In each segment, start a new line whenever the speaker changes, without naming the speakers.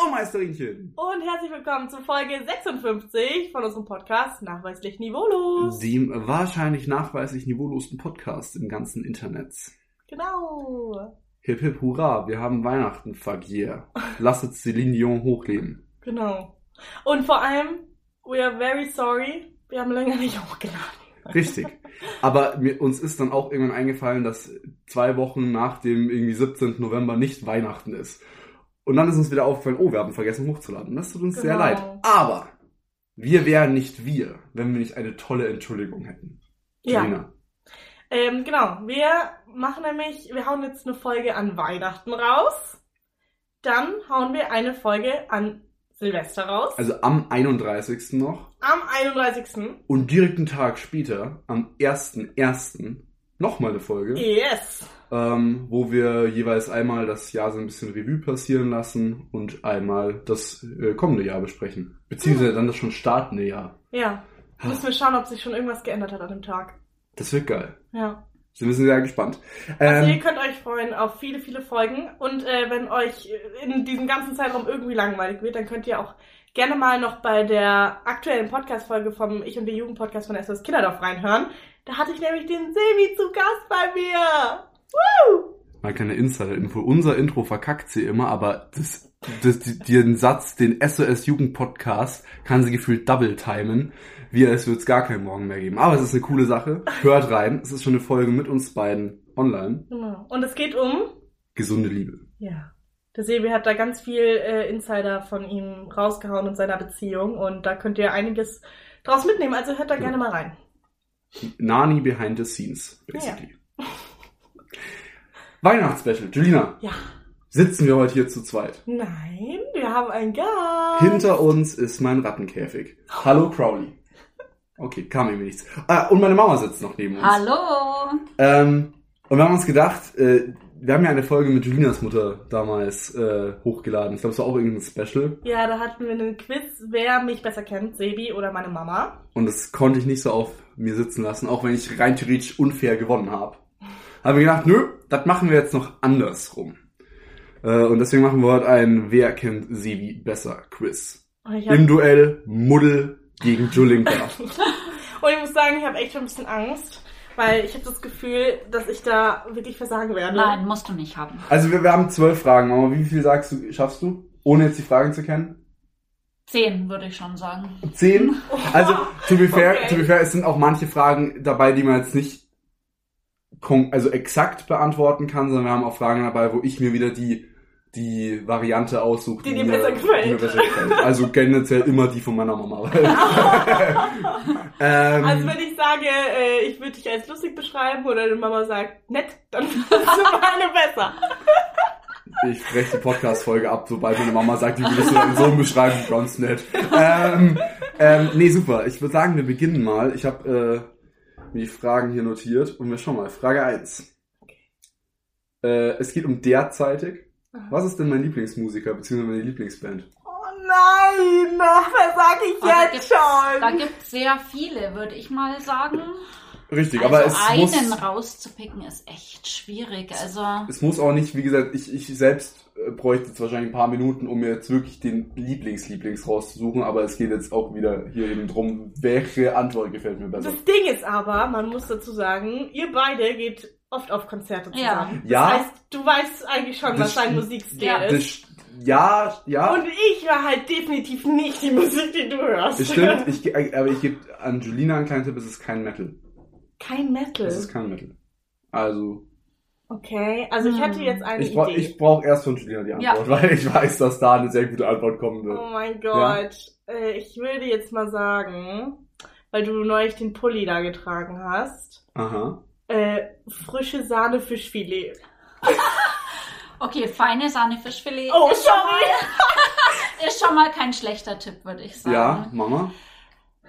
und Meisterinchen.
Und herzlich willkommen zu Folge 56 von unserem Podcast Nachweislich Niveaulos.
Dem wahrscheinlich nachweislich niveaulosen Podcast im ganzen Internet.
Genau.
Hip hip hurra, wir haben Weihnachten, fuck yeah. Lasst uns Celine Dion hochleben.
Genau. Und vor allem, we are very sorry, wir haben länger nicht hochgeladen.
Richtig. Aber mir, uns ist dann auch irgendwann eingefallen, dass zwei Wochen nach dem irgendwie 17. November nicht Weihnachten ist. Und dann ist uns wieder aufgefallen, oh, wir haben vergessen hochzuladen. Das tut uns sehr
Genau.
leid. Aber wir wären nicht wir, wenn wir nicht eine tolle Entschuldigung hätten.
Ja.
Karina,
Ähm, genau. Wir machen nämlich, wir hauen jetzt eine Folge an Weihnachten raus. Dann hauen wir eine Folge an Silvester raus.
Also am 31. noch
am 31.
und direkt einen Tag später, am 1.1., nochmal eine Folge.
Yes.
ähm, wo wir jeweils einmal das Jahr so ein bisschen Revue passieren lassen und einmal das äh, kommende Jahr besprechen. Beziehungsweise dann das schon startende Jahr.
Ja. Müssen wir schauen, ob sich schon irgendwas geändert hat an dem Tag.
Das wird geil.
Ja.
Sind wir sind sehr gespannt.
Also ihr
Ähm,
könnt euch freuen auf viele, viele Folgen. Und äh, wenn euch in diesem ganzen Zeitraum irgendwie langweilig wird, dann könnt ihr auch gerne mal noch bei der aktuellen Podcast-Folge vom Ich und die Jugend-Podcast von SOS Kinderdorf reinhören. Da hatte ich nämlich den Sebi zu Gast bei mir.
mal keine Insider-Info. Unser Intro verkackt sie immer, aber das, das, die- den Satz, den SOS-Jugend-Podcast, kann sie gefühlt double-timen. Wir, es wird's gar keinen Morgen mehr geben. Aber es ist eine coole Sache. Hört rein. Es ist schon eine Folge mit uns beiden online.
Genau. Und es geht um...
Gesunde Liebe.
Ja. Der Sebi hat da ganz viel äh, Insider von ihm rausgehauen und seiner Beziehung. Und da könnt ihr einiges draus mitnehmen. Also hört da gerne mal rein.
Nani behind the scenes, basically. Weihnachtsspecial. Julina,
Ja.
sitzen wir heute hier zu zweit.
Nein, wir haben einen Gast.
Hinter uns ist mein Rattenkäfig. Hallo Crowley. Okay, kam ihm nichts. Ah, und meine Mama sitzt noch neben uns.
Hallo!
Ähm, und wir haben uns gedacht, äh, wir haben ja eine Folge mit Julinas Mutter damals äh, hochgeladen. Ich glaube, es war auch irgendein Special.
Ja, da hatten wir einen Quiz, wer mich besser kennt, Sebi oder meine Mama.
Und das konnte ich nicht so auf mir sitzen lassen, auch wenn ich rein theoretisch unfair gewonnen habe. Haben wir gedacht, nö, das machen wir jetzt noch andersrum. Äh, Und deswegen machen wir heute ein Wer kennt Sebi besser Quiz.
Und ich, hab,
Im Duell Muddel gegen Julinka.
und ich muss sagen, ich habe echt schon ein bisschen Angst, weil ich habe das Gefühl, dass ich da wirklich versagen werde.
Nein, musst du nicht haben.
also wir, wir haben zwölf Fragen, Mama. Wie viel sagst du, schaffst du? Ohne jetzt die Fragen zu kennen?
Zehn, würde ich schon sagen.
Zehn? Also, to be fair,
Okay.
to be fair, es sind auch manche Fragen dabei, die man jetzt nicht kon- also exakt beantworten kann, sondern wir haben auch Fragen dabei, wo ich mir wieder die, die Variante aussuche,
Die dir besser gefällt.
die mir besser gefällt. Also tendenziell immer die von meiner Mama. ähm,
Also wenn ich sage, äh, ich würde dich als lustig beschreiben oder die Mama sagt nett, dann ist meine besser.
ich spreche die Podcast-Folge ab, sobald meine Mama sagt, wie würdest du deinen Sohn beschreiben? Ganz nett. Ähm, ähm, nee, super. Ich würde sagen, wir beginnen mal. Ich habe äh, mir die Fragen hier notiert und wir schauen mal. Frage 1. Äh, es geht um derzeitig. Was ist denn mein Lieblingsmusiker bzw. meine Lieblingsband?
Oh nein, ach, versage ich
Aber Ah, da
jetzt
gibt's-
schon.
Da gibt es sehr viele, würde ich mal sagen.
Richtig,
Also
aber es
einen
muss,
rauszupicken ist echt schwierig. Also
es muss auch nicht, wie gesagt, ich, ich selbst äh, bräuchte jetzt wahrscheinlich ein paar Minuten, um mir jetzt wirklich den Lieblings-Lieblings rauszusuchen, aber es geht jetzt auch wieder hier eben drum, welche Antwort gefällt mir besser.
Das Ding ist aber, man muss dazu sagen, ihr beide geht oft auf Konzerte
Ja.
zusammen.
Ja.
Das heißt, du weißt eigentlich schon,
Das
was dein
stimmt.
Musikstil
Ja.
ist.
Das, st- ja, ja,
Und ich war halt definitiv nicht die Musik, die du hörst.
das stimmt, ich, ge- äh, aber ich gebe an Julina einen kleinen Tipp, es ist kein Metal.
Kein
Es ist
Metal.
kein Metal. Also,
Okay, also ich
Hm.
hätte jetzt eine
ich brauche
Idee.
ich brauch erst von Julina die
Ja.
Antwort, weil ich weiß, dass da eine sehr gute Antwort kommen wird.
oh mein Gott. Äh, ich würde jetzt mal sagen, weil du neulich den Pulli da getragen hast,
Aha.
äh, frische Sahne Fischfilet.
okay, feine Sahne Fischfilet
Oh,
ist, schon
sorry.
mal, ist schon mal kein schlechter Tipp, würde ich
Ja,
sagen.
Mama?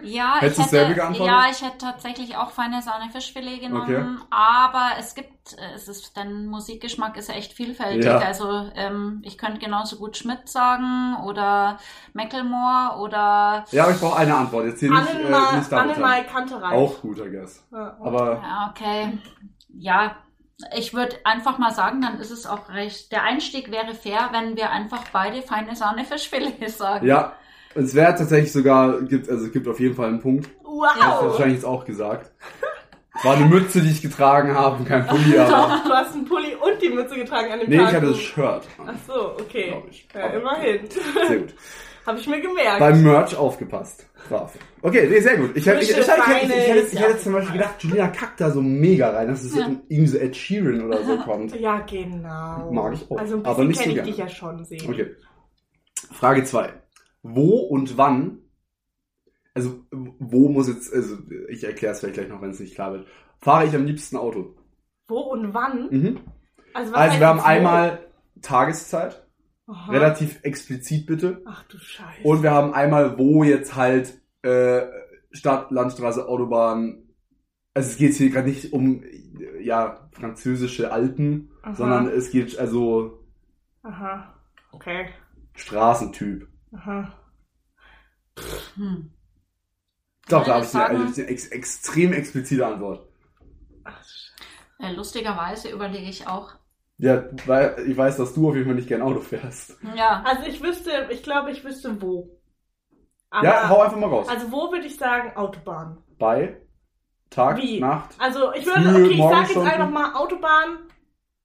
Ja,
Hättest du
ich
dasselbe
hätte,
geantwortet?
ja, ich hätte tatsächlich auch feine Sahne Fischfilet genommen, aber es gibt, äh, es ist, dein Musikgeschmack ist ja echt vielfältig.
Ja.
Also ähm, ich könnte genauso gut Schmidt sagen oder Macklemore oder
Ja, aber ich brauche eine Antwort. Jetzt hier nicht, äh,
Annemal
nicht
Annemal
Double
Kantereit.
Auch guter Guess.
Ja.
Aber
Ja, okay. Ja, ich würde einfach mal sagen, dann ist es auch recht. Der Einstieg wäre fair, wenn wir einfach beide feine Sahne Fischfilet sagen.
Ja, es wäre tatsächlich sogar, gibt, also es gibt auf jeden Fall einen Punkt. Das hast du
Wow!
wahrscheinlich jetzt auch gesagt. Es war eine Mütze, die ich getragen habe, kein Pulli, aber.
Doch, du hast einen Pulli und die Mütze getragen an dem
Nee, ich
Tag.
hatte das Shirt. an.
Ach so, okay.
Glaub ich.
Ja,
Aber-
immerhin.
Sehr gut.
Habe ich mir gemerkt.
Beim Merch aufgepasst. Brav. Okay, nee, sehr gut. Ich, hätte- ich, ich, ich, hätte- ich, hätte- ich, hätte- ich hätte zum Beispiel gedacht, Julina kackt da so mega rein, dass es
Ja.
irgendwie so Ed Sheeran oder so kommt.
ja, genau.
Mag ich auch,
Also ein
aber
bisschen
nicht so
kenne ich
gerne.
dich ja schon sehen.
Okay. Frage 2. Wo und wann, also wo muss jetzt, also ich erkläre es vielleicht gleich noch, wenn es nicht klar wird, fahre ich am liebsten Auto?
Wo und wann?
Mhm.
Also, was
Also
heißt
wir haben
jetzt wo?
einmal Tageszeit,
Aha.
relativ explizit bitte.
Ach du Scheiße.
Und wir haben einmal, wo jetzt halt äh, Stadt, Landstraße, Autobahn. Also es geht hier gerade nicht um äh, ja französische Alpen,
Aha.
sondern es geht also
Aha. Okay.
Straßentyp.
Aha.
Hm.
Doch,
Würde
da habe ich eine,
sagen-
eine, eine ex, extrem explizite Antwort.
Ach, Scheiße.
Äh, Lustigerweise überlege ich auch.
Ja, weil ich weiß, dass du auf jeden Fall nicht gern Auto fährst.
Ja,
Also ich wüsste, ich glaube, ich wüsste wo. Aber
ja, hau einfach mal raus.
also wo würde ich sagen Autobahn?
Bei Tag,
Wie?
Nacht.
Also ich
Früh,
würde, okay, ich sage jetzt
Morgenstunden.
einfach mal Autobahn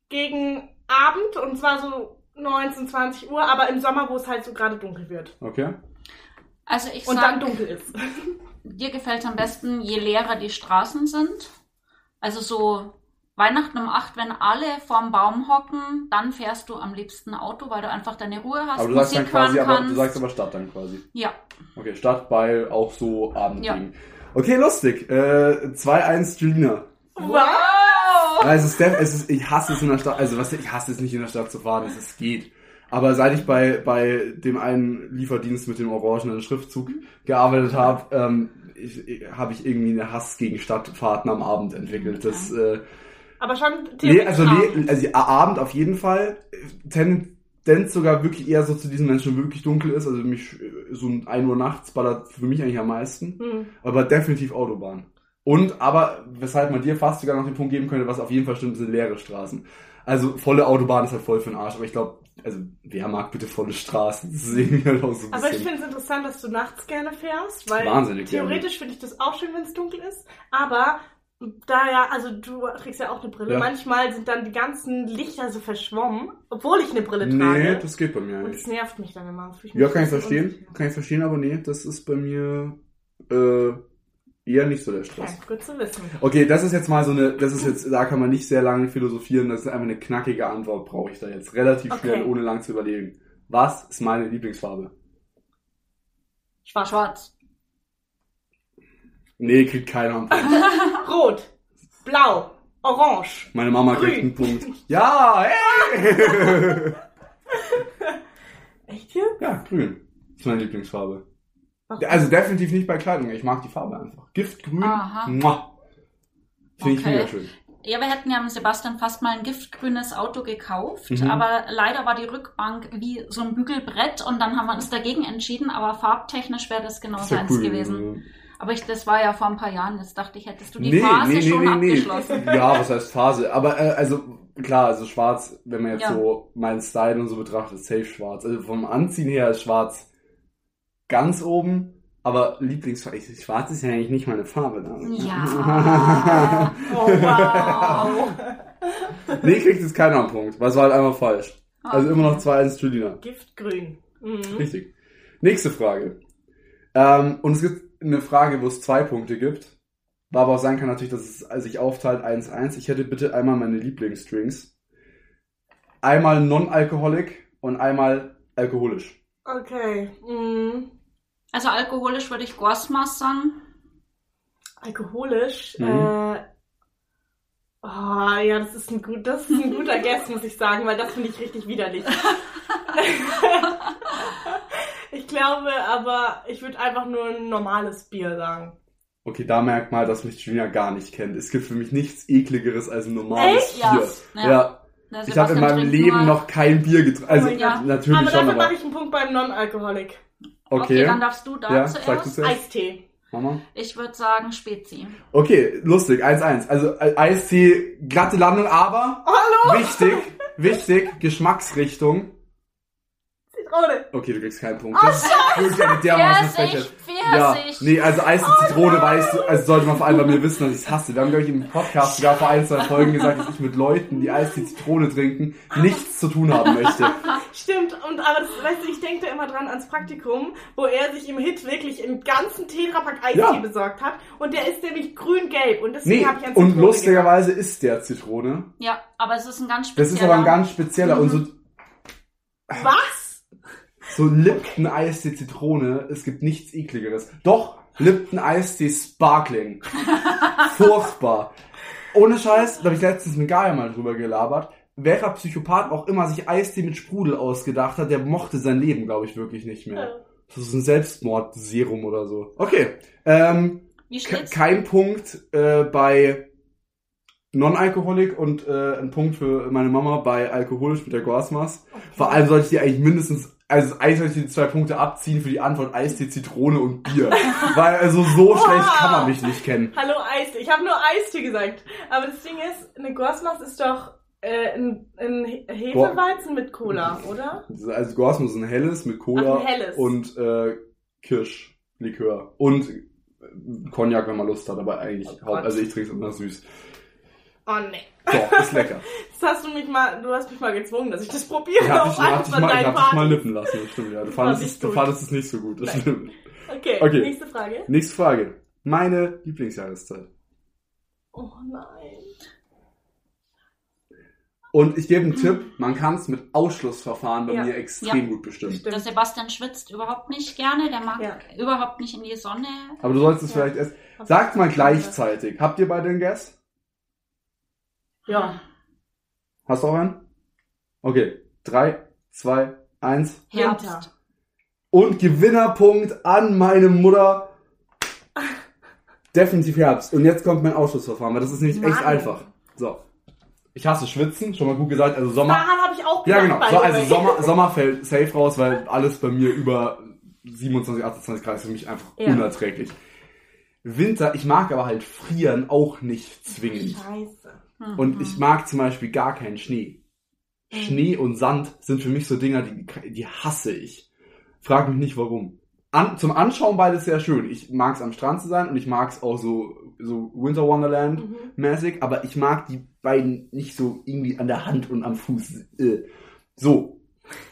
gegen Abend und zwar so 19, 20 Uhr, aber im Sommer, wo es halt so gerade dunkel wird.
Okay.
also ich
Und dann
sage,
dunkel ist.
dir gefällt am besten, je leerer die Straßen sind. Also so Weihnachten um 8, wenn alle vorm Baum hocken, dann fährst du am liebsten Auto, weil du einfach deine Ruhe hast,
Aber du sagst dann
hören
quasi, aber du sagst aber Stadt dann quasi.
ja,
Okay, Stadt bei auch so Abend.
Ja.
Okay, lustig. Äh, 2-1 Julina.
Wow!
Also Steph, es ist, ich hasse es in der Stadt, also was ich hasse es nicht in der Stadt zu fahren, es ist- geht. Aber seit ich bei, bei dem einen Lieferdienst mit dem orangenen Schriftzug gearbeitet habe, ähm, ich, ich, habe ich irgendwie einen Hass gegen Stadtfahrten am Abend entwickelt. Das, äh,
Aber schon
nee,
theoretisch
also,
Abend.
nee, also ja, Abend auf jeden Fall. Tendenz sogar wirklich eher so zu diesen, wenn es schon wirklich dunkel ist. Also mich äh, so um 1 Uhr nachts ballert für mich eigentlich am meisten.
Hm.
Aber definitiv Autobahn. Und, aber, weshalb man dir fast sogar noch den Punkt geben könnte, was auf jeden Fall stimmt, sind leere Straßen. Also, volle Autobahn ist halt voll für den Arsch, aber ich glaube, also, wer mag bitte volle Straßen? Das ist irgendwie halt auch so ein
Aber ich
bisschen.
finde es interessant, dass du nachts gerne fährst, weil
Wahnsinnig gerne.
theoretisch finde ich das auch schön, wenn es dunkel ist. Aber da ja, also du trägst ja auch eine Brille.
Ja.
Manchmal sind dann die ganzen Lichter so verschwommen, obwohl ich eine Brille
Nee,
trage.
das geht bei mir
ne? und das
nicht.
nervt mich dann immer. Fühl mich
Ja, kann ich
so
verstehen.
unsicher.
Kann ich verstehen, aber nee, das ist bei mir, äh, eher nicht so der Stress.
Okay, gut zu wissen.
Okay, das ist jetzt mal so eine, das ist jetzt, da kann man nicht sehr lange philosophieren, das ist einfach eine knackige Antwort, brauche ich da jetzt. Relativ
Okay.
schnell, ohne lang zu überlegen. Was ist meine Lieblingsfarbe?
Schwarz.
schwarz.
Nee, kriegt keiner einen Punkt.
Rot, blau, orange.
Meine Mama
Grün.
kriegt einen Punkt. Ja, hey!
Echt hier?
ja, grün. Ist meine Lieblingsfarbe.
Warum?
Also definitiv nicht bei Kleidung. Ich mag die Farbe einfach. Giftgrün.
Aha.
Mua. Finde ich
Okay.
mega schön.
Ja, wir hätten ja dem Sebastian fast mal ein giftgrünes Auto gekauft,
Mhm.
aber leider war die Rückbank wie so ein Bügelbrett und dann haben wir uns dagegen entschieden, aber farbtechnisch wäre das genau
Ist ja
seins
cool
gewesen. Aber ich, das war ja vor ein paar Jahren, jetzt dachte ich, hättest du die
Nee,
Phase
nee, nee,
schon
nee, nee.
abgeschlossen.
Ja, was heißt Phase? Aber äh, also klar, also schwarz, wenn man jetzt
Ja.
so meinen Style und so betrachtet, ist safe schwarz. Also vom Anziehen her ist schwarz ganz oben. Aber Lieblingsfarbe, ich- schwarz ist ja eigentlich nicht meine Farbe. ne?
Ja.
Oh, wow.
nee, kriegt jetzt keiner einen Punkt, weil es war halt einmal falsch. Also immer noch 2-1 Julina.
Giftgrün. Mhm.
Richtig. Nächste Frage. Ähm, und es gibt eine Frage, wo es zwei Punkte gibt. War aber auch sein kann natürlich, dass es sich aufteilt 1-1. Ich hätte bitte einmal meine Lieblingsdrinks. Einmal non-alkoholic und einmal alkoholisch.
Okay. Mhm.
Also alkoholisch würde ich Guasmas sagen.
Alkoholisch.
Mhm.
Äh, oh, ja, das ist ein gut, das ist ein guter Guess, muss ich sagen, weil das finde ich richtig widerlich. ich glaube, aber ich würde einfach nur ein normales Bier sagen.
Okay, da merkt mal, dass mich Julina gar nicht kennt. Es gibt für mich nichts ekligeres als ein normales
Echt?
Bier. Ja.
Der
Ich habe in
Sebastian
meinem
trinkt
Leben
nur-
noch kein Bier getrunken. Also
Oh ja.
natürlich
aber
schon,
dafür
aber
mache ich einen Punkt beim Non-Alkoholik.
Okay,
okay.
dann darfst du da
Ja, sag du
zuerst.
zuerst.
Eistee.
Mama?
Ich würde sagen Spezi.
Okay, lustig, 1-1. Also äh, Eistee, glatte Landung, aber
Oh, Hallo,
wichtig, wichtig, Geschmacksrichtung.
Zitrone.
Okay, du kriegst keinen Punkt.
Oh,
Das ist wirklich eine dermaßen freche.
Pfirsich,
Ja,
Pfirsich.
nee, also Eis
Oh,
und Zitrone weißt du, also sollte man vor allem bei mir wissen, dass ich es hasse. Wir haben, glaube ich, im Podcast sogar vor ein, zwei Folgen gesagt, dass ich mit Leuten, die Eis die Zitrone trinken, nichts zu tun haben möchte.
Stimmt, und aber das, weißt du, ich denke da immer dran ans Praktikum, wo er sich im Hit wirklich im ganzen Tetrapack Eistee
Ja.
besorgt hat. Und der ist nämlich grün-gelb. Und deswegen
Nee,
habe ich an
und
Zitrone gedacht.
lustigerweise ist der Zitrone.
Ja, aber es ist ein
Das
ganz spezieller.
ist aber ein ganz spezieller und
Mhm.
so,
Was?
so Lipton Eistee Zitrone, es gibt nichts ekligeres. Doch, Lipton Eistee Sparkling. Furchtbar. Ohne Scheiß, da habe ich letztens mit Gaia mal drüber gelabert. Welcher Psychopath auch immer sich Eistee mit Sprudel ausgedacht hat, der mochte sein Leben, glaube ich, wirklich nicht mehr. Das ist ein Selbstmordserum oder so. Okay. Ähm,
Wie
ke-
steht's?
kein Punkt äh, bei Non-Alkoholik und äh, ein Punkt für meine Mama bei alkoholisch mit der Goasmas. Vor allem sollte ich die eigentlich mindestens, also eigentlich sollte ich die zwei Punkte abziehen für die Antwort Eistee, Zitrone und Bier. Weil also so schlecht kann man mich nicht kennen.
Hallo Eistee. Ich habe nur Eistee gesagt. Aber das Ding ist, eine Gosmas ist doch äh, ein, ein He- Hefeweizen mit Cola, oder?
Also Goasmus ist ein helles mit Cola
Ach, ein helles.
und äh, Kirschlikör. Und äh, Cognac, wenn man Lust hat, aber eigentlich,
Oh
hau-
Gott.
also ich trinke es immer süß.
Oh nee.
Doch, ist lecker.
Das hast du mich mal, du hast mich mal gezwungen, dass ich das probiere.
Ich hab
auf
dich, ich hab
einen
dich,
Genau, von
mal, ich
deinen
hab dich mal
Partys.
nippen lassen, das stimmt. Ja. Du,
Das war
fandest es,
nicht
du
gut.
fandest es nicht so gut, das
Nein.
stimmt.
Okay,
Okay.
nächste Frage.
Nächste Frage. Meine Lieblingsjahreszeit.
Oh nein.
Und ich gebe einen Tipp, man kann es mit Ausschlussverfahren bei
Ja.
mir extrem gut
Das
bestimmen.
stimmt.
Der Sebastian schwitzt überhaupt nicht gerne, der mag
Ja.
überhaupt nicht in die Sonne.
Aber du solltest es
Ja.
vielleicht erst... Sagt mal gleichzeitig. Habt ihr beide einen Guess?
Ja.
Hast du auch einen? Okay. Drei, zwei, eins.
Herbst.
Winter.
Und Gewinnerpunkt an meine Mutter.
Ah.
Definitiv Herbst. Und jetzt kommt mein Ausschlussverfahren, weil das ist nämlich echt
Mann.
einfach. So. Ich hasse Schwitzen, schon mal gut gesagt. Also Sommer.
Daran habe ich auch
Ja,
gedacht.
genau.
by
So,
the
also
way.
Sommer, Sommer fällt safe raus, weil alles bei mir über 27, 28 Grad ist für mich einfach
Ja.
unerträglich. Winter, ich mag aber halt frieren auch nicht zwingend.
Scheiße.
Mhm.
Und ich mag zum Beispiel gar keinen Schnee. Schnee und Sand sind für mich so Dinger, die, die hasse ich. Frag mich nicht warum. An, zum Anschauen beides sehr schön. Ich mag es am Strand zu sein und ich mag es auch so, so Winter Wonderland
Mhm.
mäßig, aber ich mag die beiden nicht so irgendwie an der Hand und am Fuß. Äh. So.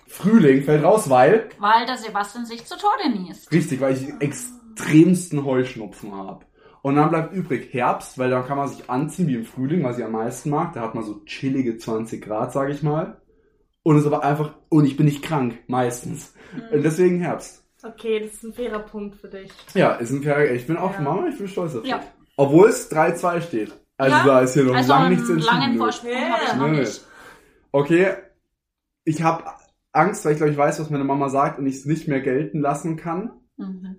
Frühling fällt raus, weil,
Weil der Sebastian sich zu Tode niest.
richtig, weil ich extremsten Heuschnupfen habe. Und dann bleibt übrig Herbst, weil da kann man sich anziehen wie im Frühling, was ich am meisten mag. Da hat man so chillige 20 Grad, sage ich mal. Und ist aber einfach, und ich bin nicht krank, meistens.
Mhm.
Und deswegen Herbst.
Okay, das ist ein fairer Punkt für dich.
Ja, ist ein fairer, ich bin auch
Ja.
Mama, ich bin stolz auf dich.
Ja.
Obwohl es 3-2 steht. Also
Ja.
da ist hier noch
also
lang nichts
einen
entschieden.
langen
du.
Vorsprung
Ja.
habe ich noch
Nö.
nicht.
Okay, ich habe Angst, weil ich glaube, ich weiß, was meine Mama sagt und ich es nicht mehr gelten lassen kann.
Mhm.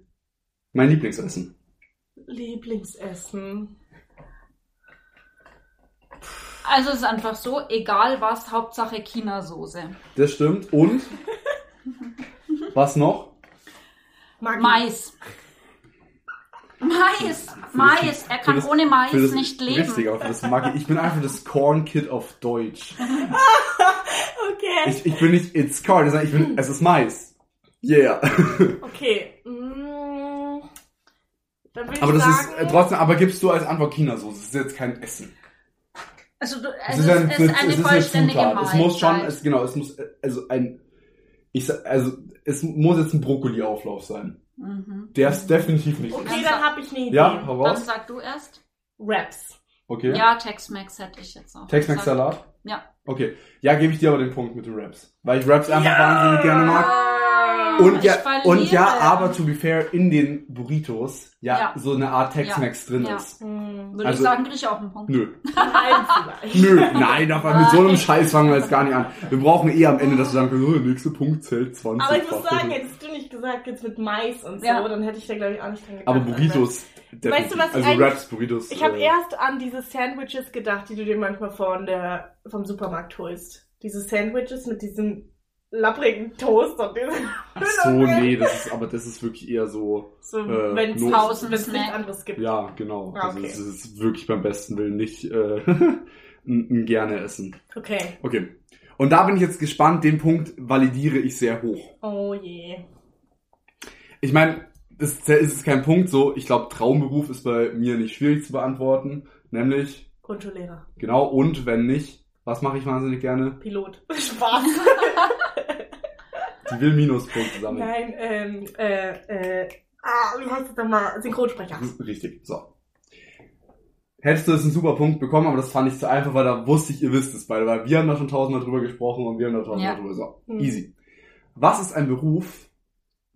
Mein Lieblingsessen.
Lieblingsessen.
Also es ist einfach so, egal was, Hauptsache Chinasoße.
Das stimmt. Und? was noch?
Maggi.
Mais. Mais, Mais, er
Für
kann
das-
ohne Mais
für das-
nicht leben.
Richtig, aber für das mag ich. Ich bin einfach das Corn-Kid auf Deutsch.
Okay.
Ich, ich bin nicht, it's corn, sondern ich bin, es ist Mais. Yeah.
okay. Mm, Dann würde ich
Aber das ist
sagen,
äh, trotzdem, aber gibst du als Antwort Chinasoße. Es ist jetzt kein Essen.
Also du, es, ist, es ist eine
es ist
vollständige
Zutat. Es
Mahlzeit.
muss schon, es, genau, es muss, äh, also ein, ich sag, also, es muss jetzt ein Brokkoli-Auflauf sein.
mhm.
Der ist definitiv nicht.
Okay, dann habe ich eine Idee.
Ja, hau
Dann
raus.
sag du erst.
Wraps.
Okay.
Ja, Tex-Mex hätte ich jetzt auch.
Tex-Mex
gesagt.
Salat?
Ja.
Okay. Ja, gebe ich dir aber den Punkt mit den Raps. Weil ich Raps einfach
Ja!
wahnsinnig gerne mag.
Ah,
Und
ich
ja,
verliere.
und ja, aber to be fair, in den Burritos ja,
Ja.
so eine Art Tex-Mex drin
Ja.
ist.
Hm.
Würde
also-
ich sagen, kriege ich auch einen Punkt.
Nö.
Nein, vielleicht.
Nö. Nein, aber mit
Ah.
so einem Scheiß fangen wir jetzt gar nicht an. Wir brauchen eh am Ende, dass wir sagen können, oh, der nächste Punkt zählt 20.
Aber ich muss
Fach.
sagen, hättest du nicht gesagt, jetzt mit Mais und so,
Ja.
dann hätte ich da, glaube ich, auch nicht dran gedacht.
Aber Burritos, definitiv.
ne? Weißt du, was ich
also
eigentlich-
Raps, Burritos.
Ich habe
äh,
erst an diese Sandwiches gedacht, die du dir manchmal von der, vom Supermarkt holst. Diese Sandwiches mit diesem lapprigen Toast und diesen.
Ach so, nee, das ist, aber das ist wirklich eher so,
So,
Äh,
wenn es
Not-
tausend wenn's
Snack.
nichts anderes gibt.
ja, genau.
Ah,
Also
okay.
es ist wirklich beim besten Willen nicht äh, ein, ein gerne essen.
Okay.
Okay. Und da bin ich jetzt gespannt, den Punkt validiere ich sehr hoch.
Oh je.
Ich meine, es ist es kein Punkt so, ich glaube, Traumberuf ist bei mir nicht schwierig zu beantworten, nämlich,
Grundschullehrer.
genau, und wenn nicht, was mache ich wahnsinnig gerne?
Pilot. Spaß.
Die will Minuspunkte sammeln.
Nein, ähm, äh, äh. Ah, wie heißt das nochmal? Synchronsprecher.
Hm, Richtig, so. Hättest du das einen super Punkt bekommen, aber das fand ich zu einfach, weil da wusste ich, ihr wisst es beide, weil wir haben da schon tausendmal drüber gesprochen und wir haben da tausendmal
Ja. Mhm.
drüber. So,
Hm.
easy. Was ist ein Beruf,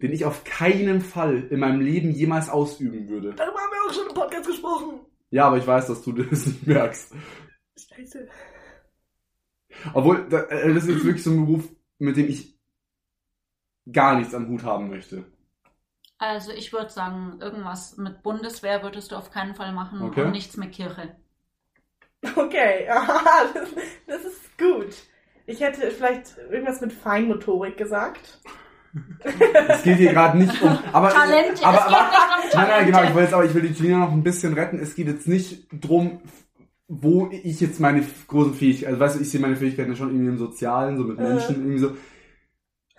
den ich auf keinen Fall in meinem Leben jemals ausüben würde?
Darüber haben wir auch schon im Podcast gesprochen.
Ja, aber ich weiß, dass du das nicht merkst.
Scheiße.
Obwohl, da- äh, das ist jetzt wirklich so ein Beruf, mit dem ich gar nichts am Hut haben möchte.
Also ich würde sagen, irgendwas mit Bundeswehr würdest du auf keinen Fall machen
Okay.
und nichts mit Kirche.
Okay, aha, das, das ist gut. Ich hätte vielleicht irgendwas mit Feinmotorik gesagt.
Es geht hier gerade nicht um. Aber,
Talente,
aber, aber,
es geht nicht um Talente.
Nein, nein, genau, ich will jetzt aber, ich will die Julina noch ein bisschen retten. Es geht jetzt nicht drum, wo ich jetzt meine f- großen Fähigkeiten, also weißt du, ich sehe meine Fähigkeiten ja schon irgendwie im Sozialen, so mit
Äh.
Menschen, irgendwie so.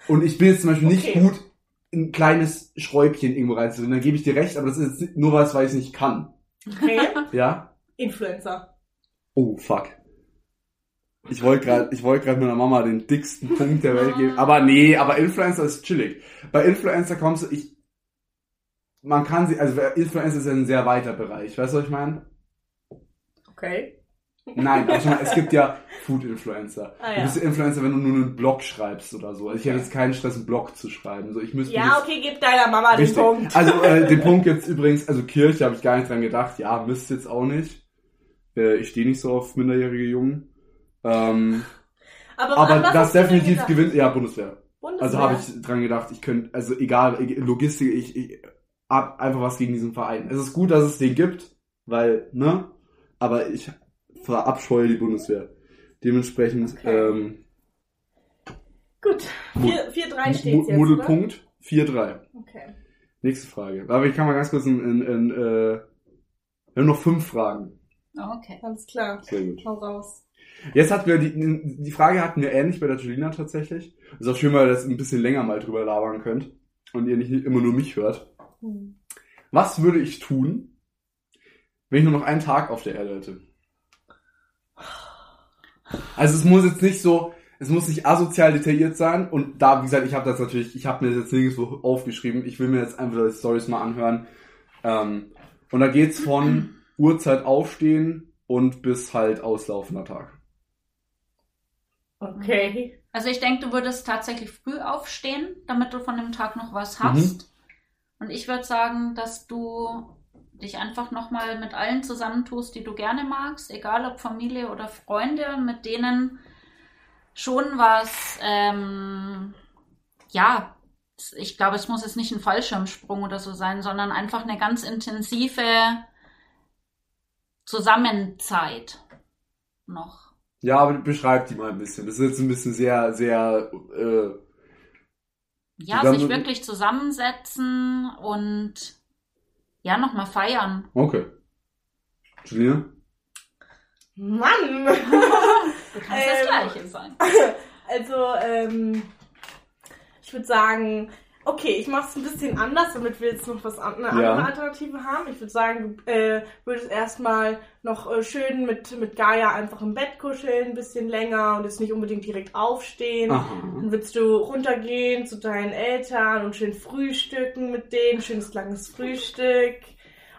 Und ich bin jetzt zum Beispiel nicht
Okay.
gut, ein kleines Schräubchen irgendwo reinzudrücken, dann gebe ich dir recht, aber das ist jetzt nur was, weil ich es nicht kann.
Okay.
Ja?
Influencer.
Oh, fuck. Ich wollte gerade, ich wollte gerade meiner Mama den dicksten Punkt der Welt geben. Aber nee, aber Influencer ist chillig. Bei Influencer kommst du, ich, man kann sie, also Influencer ist ja ein sehr weiter Bereich. Weißt du, was ich meine?
Okay.
Nein, aber schon mal, es gibt ja Food-Influencer.
Ah,
Du
ja.
bist ja Influencer, wenn du nur einen Blog schreibst oder so. Also ich habe jetzt keinen Stress, einen Blog zu schreiben. So, ich müsste
Ja,
jetzt-
okay, gib deiner Mama
Richtig.
den Punkt.
Also äh, den Punkt jetzt übrigens, also Kirche habe ich gar nicht dran gedacht. Ja, müsst jetzt auch nicht. Äh, ich stehe nicht so auf minderjährige Jungen. Ähm,
Aber,
aber
an was
das
hast du denn
definitiv
gedacht?
gewinnt. Ja, Bundeswehr.
Bundeswehr.
Also habe ich dran gedacht, ich könnte, also egal, ich- Logistik, ich, ich hab einfach was gegen diesen Verein. Es ist gut, dass es den gibt, weil, ne? Aber ich verabscheue die Bundeswehr. Dementsprechend,
Okay.
ähm,
Gut.
Mu-
4-3
Mu-
steht jetzt. Oder?
Mudelpunkt 4-3.
Okay.
Nächste Frage. Aber ich kann mal ganz kurz in, in, in äh, wir haben noch fünf Fragen. genau.
Okay.
Alles klar.
Sehr gut.
Hau raus.
Jetzt hatten wir die, die Frage hatten wir ähnlich bei der Julina tatsächlich. Ist auch schön, weil ihr das ein bisschen länger mal drüber labern könnt und ihr nicht immer nur mich hört.
Hm.
Was würde ich tun, wenn ich nur noch einen Tag auf der Erde hätte? Also es muss jetzt nicht so, es muss nicht asozial detailliert sein und da, wie gesagt, ich habe das natürlich, ich habe mir das jetzt nirgendwo aufgeschrieben, ich will mir jetzt einfach die Stories mal anhören. Ähm, und da geht's von Uhrzeit aufstehen und bis halt auslaufender Tag.
Okay.
Also ich denke, du würdest tatsächlich früh aufstehen, damit du von dem Tag noch was hast. Und ich würde sagen, dass du dich einfach nochmal mit allen zusammentust, die du gerne magst, egal ob Familie oder Freunde, mit denen schon was, ähm, ja, ich glaube, es muss jetzt nicht ein Fallschirmsprung oder so sein, sondern einfach eine ganz intensive Zusammenzeit noch.
Ja, aber beschreib die mal ein bisschen. Das ist jetzt ein bisschen sehr, sehr, äh,
Ja,
Zusammen-
sich wirklich zusammensetzen und ja, nochmal feiern.
okay. Julina?
Mann!
Du kannst das
Ähm.
Gleiche sein.
Also, ähm, ich würde sagen, okay, ich mache es ein bisschen anders, damit wir jetzt noch was an, eine
Ja.
andere Alternative haben. Ich würde sagen, du äh, würdest erstmal noch äh, schön mit, mit Gaia einfach im Bett kuscheln, ein bisschen länger und jetzt nicht unbedingt direkt aufstehen.
Aha.
Dann würdest du runtergehen zu deinen Eltern und schön frühstücken mit denen, schönes langes Frühstück.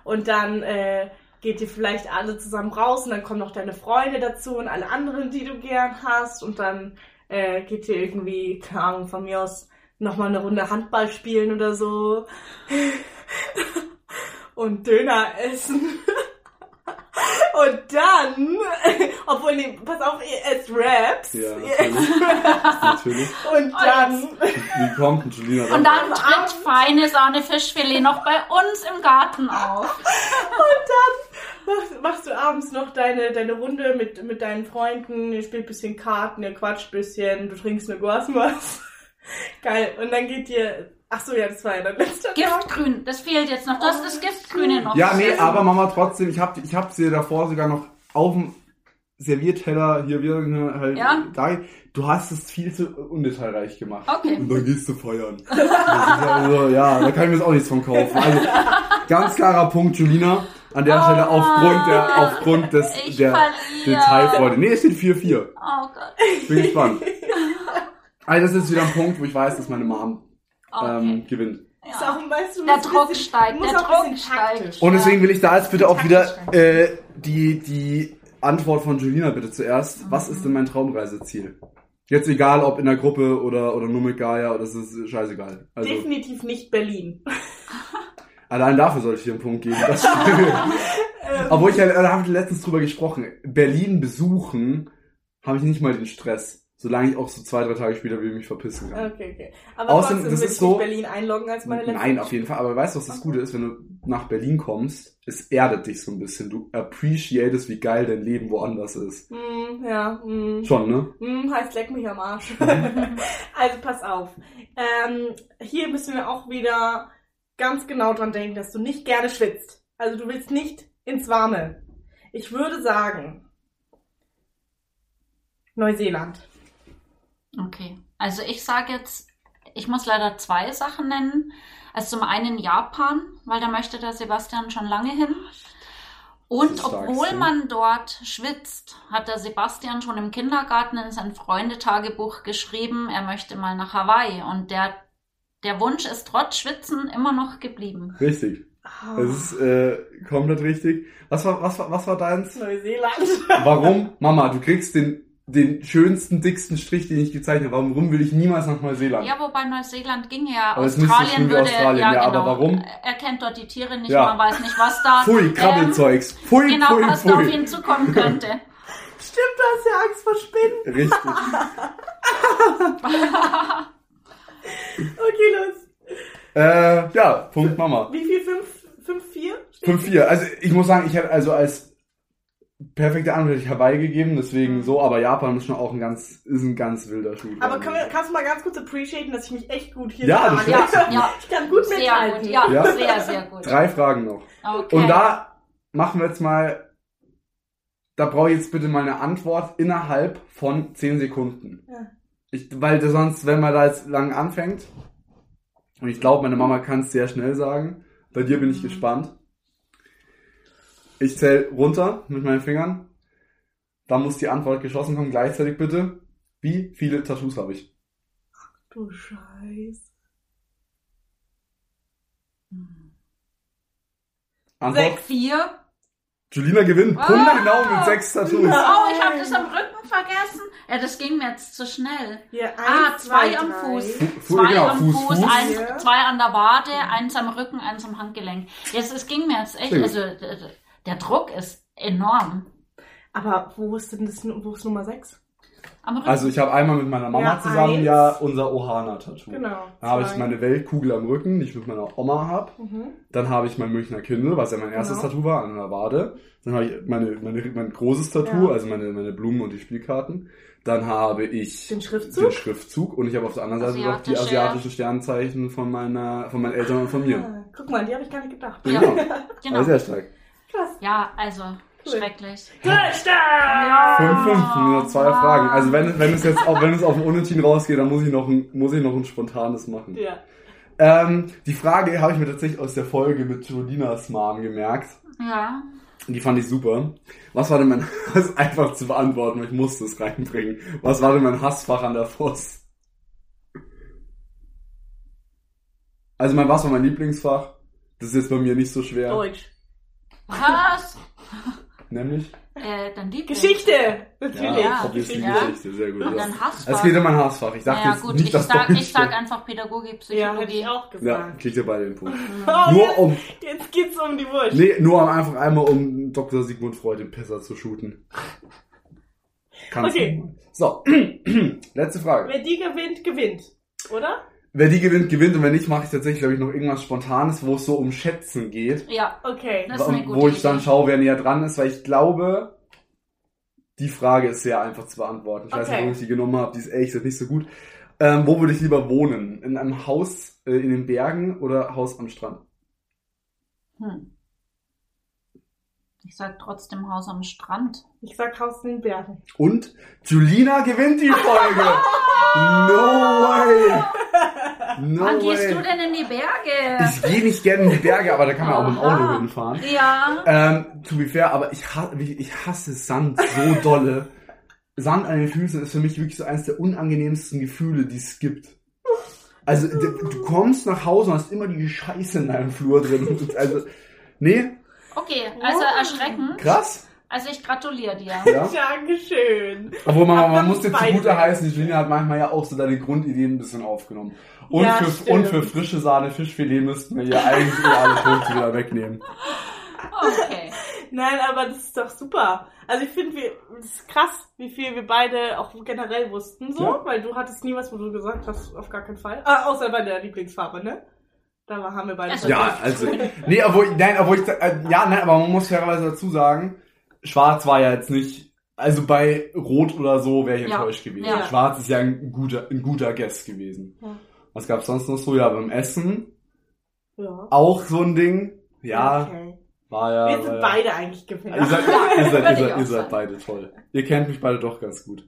Und dann äh, geht ihr vielleicht alle zusammen raus und dann kommen noch deine Freunde dazu und alle anderen, die du gern hast. Und dann äh, geht ihr irgendwie, keine Ahnung, von mir aus nochmal eine Runde Handball spielen oder so. und Döner essen. Und dann, obwohl, nee, pass auf, ihr esst Raps.
Ja,
ihr
natürlich. natürlich.
und dann.
Wie kommt denn Julina
Und
drauf?
dann tritt feine Sahne Fischfilet noch bei uns im Garten auf.
Machst, machst du abends noch deine, deine Runde mit, mit deinen Freunden, ihr spielt ein bisschen Karten, ihr quatscht ein bisschen, du trinkst eine Guasmas. Geil. Und dann geht dir. Ach so, ja, das war ja dein letzter Tag.
Giftgrün, das fehlt jetzt noch. Das ist das Giftgrüne noch.
Ja, nee, aber Mama, trotzdem, ich hab, ich hab sie davor sogar noch auf dem Servierteller hier wieder ne, halt
Ja.
da. Du hast es viel zu undetailreich gemacht.
Okay.
Und dann gehst du feiern. Das ist ja, so, ja, da kann ich mir jetzt auch nichts von kaufen. Also, ganz klarer Punkt, Julina. An der
Oh
Stelle aufgrund der,
Mann.
aufgrund des,
Ich
der
verliere.
Detailfreude. Nee, es steht 4-4.
Oh Gott.
Bin gespannt. Also, das ist wieder ein Punkt, wo ich weiß, dass meine Mom
Okay.
ähm, gewinnt.
Ist auch, weißt du,
Der
muss ein
Druck
bisschen-
steigt,
muss
der
auch ein
Druck
bisschen taktisch.
steigt.
Und
Ja.
deswegen will ich da jetzt bitte auch wieder
Taktisch.
äh, die, die Antwort von Julina bitte zuerst. Was ist denn mein Traumreiseziel? Jetzt egal, ob in der Gruppe oder, oder nur mit Gaia, oder es ist scheißegal. Also,
Definitiv nicht Berlin.
allein dafür sollte ich dir einen Punkt geben. Das Obwohl ich ja, da haben wir letztens drüber gesprochen. Berlin besuchen, habe ich nicht mal den Stress. Solange ich auch so zwei, drei Tage später wieder mich verpissen kann.
Okay, okay. Aber
Außerdem,
trotzdem
das
würde
ist
ich
so-
nicht Berlin einloggen als meine letzte.
Nein, auf jeden Fall. Aber weißt du, was das Gute ist, wenn du nach Berlin kommst? Es erdet dich so ein bisschen. Du appreciatest, wie geil dein Leben woanders ist.
Hm, ja, hm.
Schon, ne?
Hm, heißt leck mich am Arsch. also pass auf. Ähm, hier müssen wir auch wieder ganz genau dran denken, dass du nicht gerne schwitzt. Also du willst nicht ins Warme. Ich würde sagen, Neuseeland.
Okay. Also ich sage jetzt, ich muss leider zwei Sachen nennen. Also zum einen Japan, weil da möchte der Sebastian schon lange hin.
Das
Und
ist stark,
obwohl
stimmt.
man dort schwitzt, hat der Sebastian schon im Kindergarten in sein Freundetagebuch geschrieben, er möchte mal nach Hawaii. Und der, der Wunsch ist trotz Schwitzen immer noch geblieben.
Richtig.
Ah,
Es ist äh, komplett richtig. Was war, was war, was war deins?
Ah, Neuseeland.
Warum? Mama, du kriegst den, den schönsten, dicksten Strich, den ich gezeichnet habe. Warum will ich niemals nach Neuseeland?
Ja, wobei Neuseeland ging ja.
Aber es müsste schon
Australien
wie
würde,
Australien,
ja,
ja, aber
genau.
warum?
Er kennt dort die Tiere nicht,
Ja.
man weiß nicht, was da.
Pfui,
ähm,
Krabbelzeugs. Pfui,
genau,
pfui,
was da auf
pfui.
ihn zukommen könnte.
Stimmt, du hast ja Angst vor Spinnen.
Richtig.
Okay, los.
äh, ja, Punkt Mama.
Wie viel? Fünf, fünf vier?
5-4. Also ich muss sagen, ich hätte also als perfekte Antwort hätte ich Hawaii gegeben, deswegen so, aber Japan ist schon auch ein ganz, ist ein ganz wilder Schuh.
Aber können wir, kannst du mal ganz kurz appreciaten, dass ich mich echt gut hier
Ja,
dran
das
halte?
stimmt.
Ja,
Ich kann gut
sehr
mithalten.
gut. Ja,
Ja.
sehr, sehr gut.
Drei Fragen noch.
Okay.
Und da machen wir jetzt mal, da brauche ich jetzt bitte mal eine Antwort innerhalb von 10 Sekunden.
Ja.
Ich, weil das sonst, wenn man da jetzt lang anfängt, und ich glaube, meine Mama kann es sehr schnell sagen, bei dir bin ich
Mhm.
gespannt. Ich zähle runter mit meinen Fingern, da muss die Antwort geschossen kommen, gleichzeitig bitte. Wie viele Tattoos habe ich?
Du Scheiß.
Antwort,
Sechs. Ah!
Vier.
Julina gewinnt, punktgenau mit sechs Tattoos.
Ja.
Oh, ich habe das am Rücken vergessen. Ja, das ging mir jetzt zu schnell.
Hier, eins,
Ah, zwei am
drei.
Fuß.
Fu-
Zwei
genau,
am
Fuß,
Fuß,
Fuß.
Ja.
Eins, zwei an der Wade, eins am Rücken, eins am Handgelenk. Jetzt, es ging mir jetzt echt,
Sehr gut.
also der, der Druck ist enorm.
Aber wo ist denn das, wo ist Nummer 6?
Am Rücken.
Also ich habe einmal mit meiner Mama
Ja,
zusammen
eins.
ja unser Ohana-Tattoo.
Genau.
Da habe ich
zwei.
meine Weltkugel am Rücken, die ich mit meiner Oma habe.
Mhm.
Dann habe ich mein Münchner Kindle, was ja mein erstes
Genau.
Tattoo war, an der Wade. Dann habe ich meine, meine, mein großes Tattoo,
Ja.
also meine, meine Blumen und die Spielkarten. Dann habe ich
Den
den
Schriftzug?
Schriftzug und ich habe auf der anderen Seite noch die
Asiatische.
asiatischen Sternzeichen von meiner von meinen Eltern und von mir.
Ah, guck mal, die habe ich gar nicht gedacht.
Ja.
Genau.
genau.
Also sehr stark.
Krass.
ja, also
Cool.
schrecklich.
Glückstag!
5
Ah,
5 nur zwei
Mann.
Fragen. Also wenn, wenn es jetzt auch wenn es auf den Unentschieden rausgeht, dann muss ich noch ein, muss ich noch ein spontanes machen.
Ja.
Ähm, die Frage habe ich mir tatsächlich aus der Folge mit Julinas Mom gemerkt.
Ja.
Die fand ich super. Was war denn mein Das ist einfach zu beantworten, weil ich musste es reinbringen. Was war denn mein Hassfach an der Voss? Also mein was war mein Lieblingsfach? Das ist jetzt bei mir nicht so schwer.
Oh,
Deutsch.
Was?
Nämlich?
äh, dann die
Geschichte! Natürlich.
Ja, Publistik
Geschichte.
Ja.
Geschichte, sehr gut.
Und
Ja.
dann hast
Es geht um mein Hassfach. Ich dachte
Naja,
jetzt
gut,
nicht,
ich
dass
sag,
Deutsch
ich sag
steht.
einfach Pädagogik,
Ja, hätte
Psychologie.
ich auch
Ja,
gesagt.
kriegt ihr beide den Punkt.
Oh,
Nur um,
jetzt, jetzt geht's um die Wurst.
nee, nur einfach einmal um Dr. Sigmund Freud den Pesser zu shooten. Kannst
Okay.
du. So, letzte Frage.
Wer die gewinnt, gewinnt. Oder?
Wer die gewinnt, gewinnt. Und wenn nicht, mache ich tatsächlich, glaube ich, noch irgendwas Spontanes, wo es so um Schätzen geht.
Ja,
Okay.
Das ist eine
Wo-
gute
wo ich dann
Idee.
schaue, wer näher dran ist, weil ich glaube, die Frage ist sehr einfach zu beantworten. Ich weiß
Okay.
nicht, warum ich die genommen habe. Die ist ehrlich gesagt nicht so gut. Ähm, wo würde ich lieber wohnen? In einem Haus äh, in den Bergen oder Haus am Strand?
Hm. Ich sag trotzdem Haus am Strand.
Ich sag Haus in den Bergen.
Und Julina gewinnt die Folge. no way. No
Wann
way.
gehst du denn in die Berge?
Ich gehe nicht gerne in die Berge, aber da kann man auch mit dem Auto
Aha.
hinfahren.
ja.
Ähm, to be fair, aber ich, ha wie- ich hasse Sand so dolle. Sand an den Füßen ist für mich wirklich so eines der unangenehmsten Gefühle, die es gibt. Also, d- du kommst nach Hause und hast immer die Scheiße in deinem Flur drin. Also, nee,
Okay, also
Wow.
erschreckend.
krass.
Also ich gratuliere dir.
Ja.
Dankeschön.
Obwohl, man, man
Aber
muss dir
beide.
zugute heißen, die Julina hat manchmal ja auch so deine Grundideen ein bisschen aufgenommen. Und,
Ja,
für,
stimmt.
und für frische Sahne Fischfilet müssten wir ja eigentlich eh alle Punkte wieder wegnehmen.
Okay.
Nein, aber das ist doch super. Also ich finde, wir- das ist krass, wie viel wir beide auch generell wussten, so,
Ja.
weil du hattest nie was, wo du gesagt hast, auf gar keinen Fall. Ah, außer bei der Lieblingsfarbe, ne? Da war- haben wir beide.
Also-
Ja, also. Nee, obwohl, nein, obwohl ich, äh, ja, nein, aber man muss fairerweise dazu sagen, schwarz war ja jetzt nicht, also bei Rot oder so wäre ich
Ja,
enttäuscht gewesen.
ja.
Schwarz ist ja ein guter, ein guter Guess gewesen.
Ja.
Was gab's sonst noch so? Ja, beim Essen
ja.
auch so ein Ding. Ja,
Okay.
war ja.
wir sind
war ja.
beide eigentlich gewinnt.
Ihr seid, ihr seid, ihr
würde ich
seid,
auch
ihr seid
sagen.
beide toll. Ihr kennt mich beide doch ganz gut.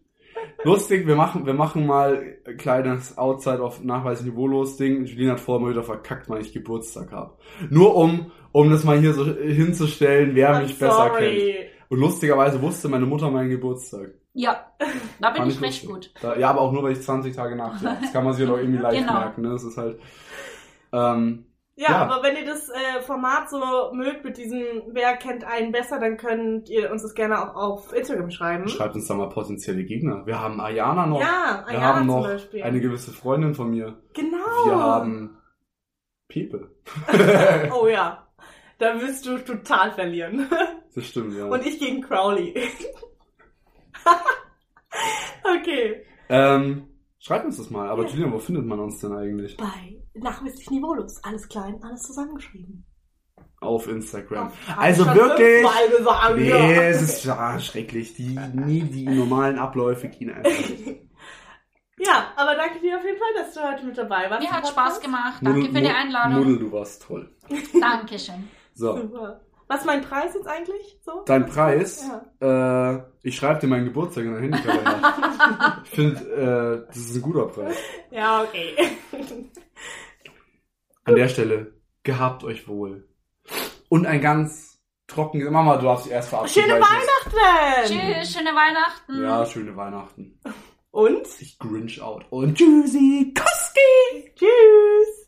Lustig, wir machen, wir machen mal ein kleines Outside auf nachweis niveaulos Ding. Julina hat vorher mal wieder verkackt, weil ich Geburtstag habe. Nur um, um das mal hier so hinzustellen, wer
I'm
mich besser kennt.
sorry.
Und lustigerweise wusste meine Mutter meinen Geburtstag.
Ja, da bin
Fand
ich recht gut.
lustig. Da, ja, aber auch nur, weil ich 20 Tage nach. Das kann man sich doch irgendwie leicht
Genau.
merken, ne? Das ist halt, ähm,
Ja,
Ja.
aber wenn ihr das äh, Format so mögt mit diesem Wer kennt einen besser, dann könnt ihr uns das gerne auch auf Instagram schreiben.
schreibt uns da mal potenzielle Gegner. Wir haben Ayana noch.
Ja,
wir
Ayana
haben
zum
noch
Beispiel.
eine gewisse Freundin von mir.
genau.
Wir haben Pepe.
Oh ja. Da wirst du total verlieren.
Das stimmt, ja.
Und ich gegen Crowley. okay.
ähm, schreibt uns das mal. Aber Julian, wo findet man uns denn eigentlich?
Bei nachweislich niveaulos. Alles klein, alles zusammengeschrieben.
Auf Instagram.
Auf-
Also
Hab ich schon
wirklich.
fünfmal gesagt,
Nee,
ja.
es ist ja, schrecklich. Die, nie die normalen Abläufe gehen einfach. nicht.
Ja, aber danke dir auf jeden Fall, dass du heute mit dabei warst.
Mir hat
Podcast.
Spaß gemacht. Danke
Muddel-
für die
Mud-
Einladung.
Muddel, du warst toll.
Dankeschön.
So,
Super. Was ist mein Preis jetzt eigentlich? So?
dein Preis. Äh, ich schreibe dir meinen Geburtstag in den Handykalender. ich finde, äh, das ist ein guter Preis.
Ja, okay.
An der Stelle, gehabt euch wohl. Und ein ganz trockenes... Mama, du darfst dich erst verabschieden.
Schöne
weil ich muss-
Denn.
Tschüss, schöne Weihnachten.
Ja, schöne Weihnachten.
Und
Ich grinch out. Und tschüssi, Koski!
tschüss.